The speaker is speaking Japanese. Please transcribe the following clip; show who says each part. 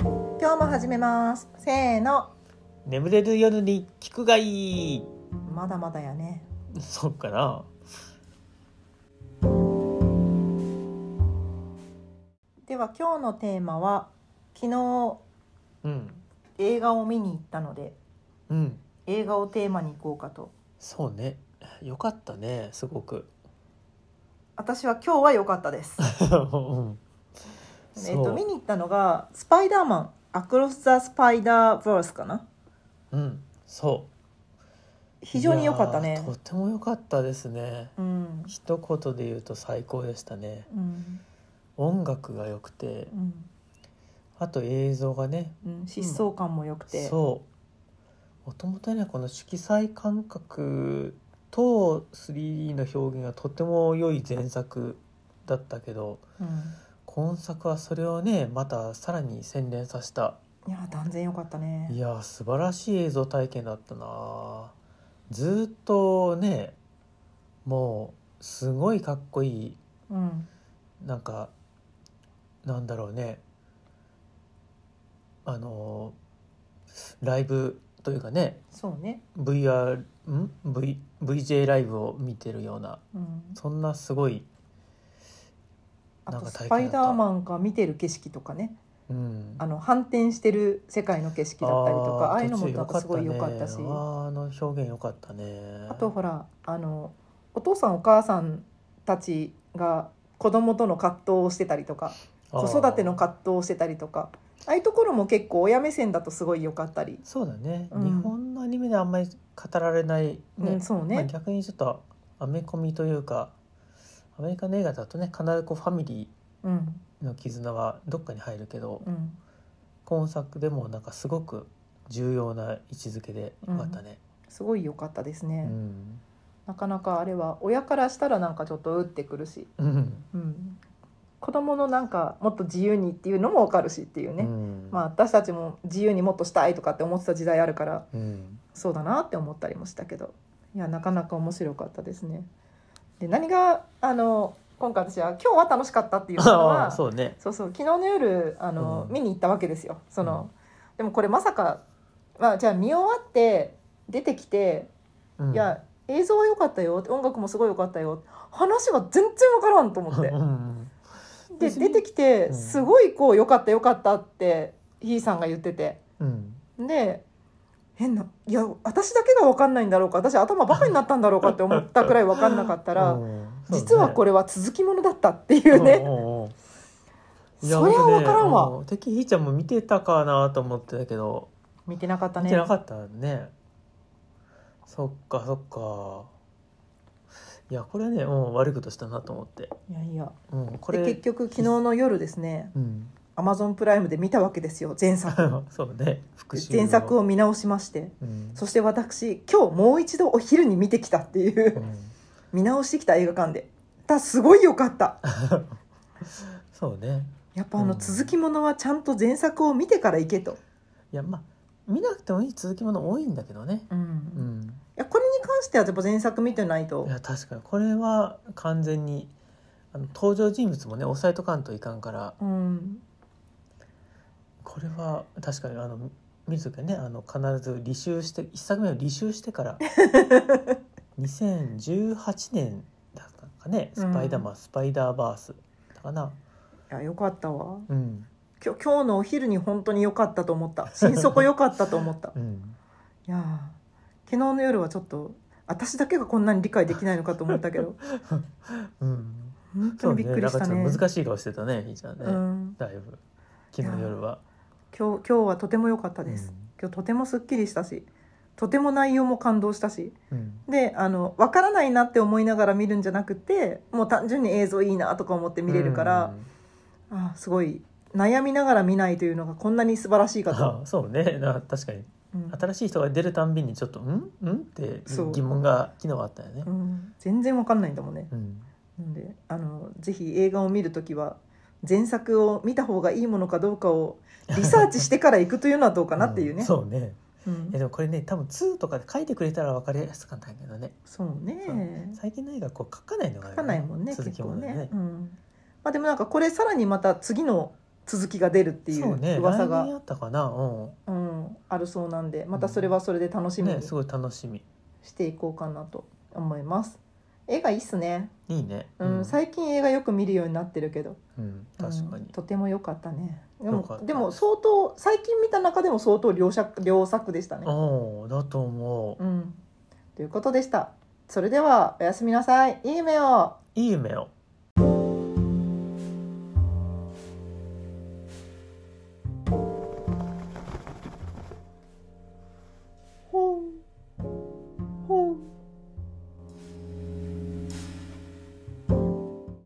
Speaker 1: 今日も始めますせーの
Speaker 2: 眠れる夜に聞くがいい
Speaker 1: まだまだやね
Speaker 2: そっかな
Speaker 1: では今日のテーマは昨日
Speaker 2: うん
Speaker 1: 映画を見に行ったので
Speaker 2: うん
Speaker 1: 映画をテーマに行こうかと
Speaker 2: そうねよかったねすごく
Speaker 1: 私は今日は良かったです
Speaker 2: うん
Speaker 1: えっと見
Speaker 2: う
Speaker 1: に行ったのが「スパイダーマンアクロス・ザ・スパイダー・バース」かな
Speaker 2: うんそう
Speaker 1: 非常に良かった
Speaker 2: い
Speaker 1: ね
Speaker 2: やーとても良かったですね
Speaker 1: うん
Speaker 2: 一言で言うと最高でしたね
Speaker 1: うん
Speaker 2: 音楽が良くて
Speaker 1: うん
Speaker 2: あと映像がね
Speaker 1: うん疾走感も良くて、
Speaker 2: そうもともとねこの色彩感覚と 3D の表現がとても良い前作だったけど
Speaker 1: うん
Speaker 2: 今作はそれをねまたさらに洗練させた
Speaker 1: いや断然良かったね
Speaker 2: いやー素晴らしい映像体験だったなずーっとねもうすごいかっこいい
Speaker 1: うん
Speaker 2: なんかなんだろうねあのーライブというかね
Speaker 1: そうね
Speaker 2: VR ん、v、VJ ライブを見てるような
Speaker 1: うん
Speaker 2: そんなすごい、
Speaker 1: あ
Speaker 2: なん
Speaker 1: と
Speaker 2: か
Speaker 1: ス
Speaker 2: 体験だった
Speaker 1: パイダーマンが見てる景色とかね
Speaker 2: うん、
Speaker 1: あの反転してる世界の景色だったりとかああいうのもなんかすごい良かったし
Speaker 2: 途中良かったねあーあの表現良かったね
Speaker 1: あとほらあのお父さんお母さんたちが子供との葛藤をしてたりとか
Speaker 2: あ
Speaker 1: 子
Speaker 2: ー
Speaker 1: 育ての葛藤をしてたりとかああいうところも結構親目線だとすごい良かったり、
Speaker 2: そうだね、
Speaker 1: うん
Speaker 2: 日本のアニメであんまり語られない、ね
Speaker 1: うん、そう
Speaker 2: まあ、
Speaker 1: ね、
Speaker 2: 逆にちょっとアメコミというかアメリカの映画だとね必ずこうファミリ
Speaker 1: うん
Speaker 2: ーの絆はどっかに入るけど、
Speaker 1: うん、
Speaker 2: 今作でもなんかすごく重要な位置づけで良かったね、
Speaker 1: すごい良かったです
Speaker 2: う
Speaker 1: ね、
Speaker 2: ん
Speaker 1: なかなかあれは親からしたらなんかちょっと打ってくるし、
Speaker 2: うん
Speaker 1: うん、子供のなんかもっと自由にっていうのも分かるしっていうね、
Speaker 2: うん
Speaker 1: まあ、私たちも自由にもっとしたいとかって思ってた時代あるから
Speaker 2: うん
Speaker 1: そうだなって思ったりもしたけどいやなかなか面白かったですね。で何があの今回私は今日は楽しかったっていうの
Speaker 2: ああ
Speaker 1: は
Speaker 2: ー そうね
Speaker 1: そうそう昨日の夜あの、
Speaker 2: うん
Speaker 1: 見に行ったわけですよ。そのでもこれまさか、まあ、じゃあ見終わって出てきて「
Speaker 2: い
Speaker 1: いや映像は良かったよ」音楽もすごい良かったよ」話が全然わからんと思 って
Speaker 2: う。ん
Speaker 1: で
Speaker 2: 別
Speaker 1: 出
Speaker 2: に
Speaker 1: てきて
Speaker 2: うん
Speaker 1: すごいこう「良かった良かった」ってひーさんが言ってて。
Speaker 2: うん
Speaker 1: で変ないや私だけが分かんないんだろうか私頭バカになったんだろうかって思ったくらい分かんなかったら、実はこ
Speaker 2: れ
Speaker 1: れは続きものだったっていうね、それは分からんわ、
Speaker 2: 敵ひーちゃんも見てたかなと思ってたけど
Speaker 1: 見てなかったね
Speaker 2: 見てなかったねそっかそっかいやこれねうん悪いことしたなと思って
Speaker 1: いやいや
Speaker 2: うんこ
Speaker 1: で
Speaker 2: れ
Speaker 1: 結局昨日の夜ですね
Speaker 2: うん
Speaker 1: アマゾンプライムで見たわけですよ前作
Speaker 2: そうね復習
Speaker 1: 前作を見直しまして
Speaker 2: うん
Speaker 1: そして私今日もう一度お昼に見てきたっていう うん見直してきた映画館でただすごい良かった
Speaker 2: そうね
Speaker 1: やっぱあの
Speaker 2: うん
Speaker 1: 続きものはちゃんと前作を見てから行けと、
Speaker 2: いやまあ見なくてもいい続きもの多いんだけどね
Speaker 1: うん
Speaker 2: う
Speaker 1: い
Speaker 2: ん
Speaker 1: やこれに関してはやっぱ前作見てないと
Speaker 2: いや確かにこれは完全にあの登場人物もね抑えとかんといかんから
Speaker 1: うん、
Speaker 2: これは確かにあの水木ねあの必ず履修して1作目を履修してから 2018年だったかね「スパイダーマン、スパイダーバース」だかな、
Speaker 1: いやよかったわ
Speaker 2: うん
Speaker 1: 今日今日のお昼に本当に良かったと思 った心底良かったと思った
Speaker 2: うん、
Speaker 1: いやー昨日の夜はちょっと私だけがこんなに理解できないのかと思ったけ ど
Speaker 2: うん、
Speaker 1: 本
Speaker 2: そ
Speaker 1: 当
Speaker 2: う
Speaker 1: にび
Speaker 2: ね
Speaker 1: っくり
Speaker 2: なん
Speaker 1: し
Speaker 2: か
Speaker 1: た
Speaker 2: ち
Speaker 1: ね
Speaker 2: ょっと難しい顔してたねひーちゃんね、
Speaker 1: うん、
Speaker 2: だいぶ昨日の夜は。
Speaker 1: 今日今日はとても良かったです、
Speaker 2: うん
Speaker 1: 今日とてもすっきりしたしとても内容も感動したし
Speaker 2: うん
Speaker 1: であの分からないなって思いながら見るんじゃなくてもう単純に映像いいなとか思って見れるから、あーすごい悩みながら見ないというのがこんなに素晴らしいかと、
Speaker 2: あそうねな確かに
Speaker 1: うん
Speaker 2: 新しい人が出るたんびにちょっと「んん?」っていう
Speaker 1: そう
Speaker 2: 疑問が昨日はあったよね
Speaker 1: う。ん、全然分かんないんだもんね
Speaker 2: うん
Speaker 1: なんであのぜひ映画を見るときは前作を見た方がいいものかどうかをリサーチしてから行くというのはどうかなっていうね。
Speaker 2: んそうね
Speaker 1: うん
Speaker 2: いやでもこれね多分2とかで書いてくれたら分かりやすかったんやけどね
Speaker 1: そうね
Speaker 2: 最近の映画こう書かないのが、ね、
Speaker 1: 書かないもんね
Speaker 2: 続
Speaker 1: 結
Speaker 2: きも
Speaker 1: 構
Speaker 2: の
Speaker 1: ね
Speaker 2: ね。
Speaker 1: うんまあ、でもなんかこれさらにまた次の続きが出るってい
Speaker 2: そうね
Speaker 1: う
Speaker 2: 噂
Speaker 1: 噂
Speaker 2: が
Speaker 1: が
Speaker 2: 来年あったかなう
Speaker 1: うん、あるそうなんでまたそれはそれで楽し
Speaker 2: ん
Speaker 1: み
Speaker 2: ね
Speaker 1: に
Speaker 2: すごい楽しみ
Speaker 1: していこうかなと思います、絵がいいっすね、
Speaker 2: いいね
Speaker 1: うん最近映画よく見るようになってるけど、
Speaker 2: うん確か
Speaker 1: うん
Speaker 2: に
Speaker 1: とても良かったねで
Speaker 2: 良かっ
Speaker 1: も
Speaker 2: た
Speaker 1: でも相当最近見た中でも相当良作良作でしたね
Speaker 2: おおだと思う
Speaker 1: うんということでしたそれではおやすみなさいいい夢を
Speaker 2: いい夢を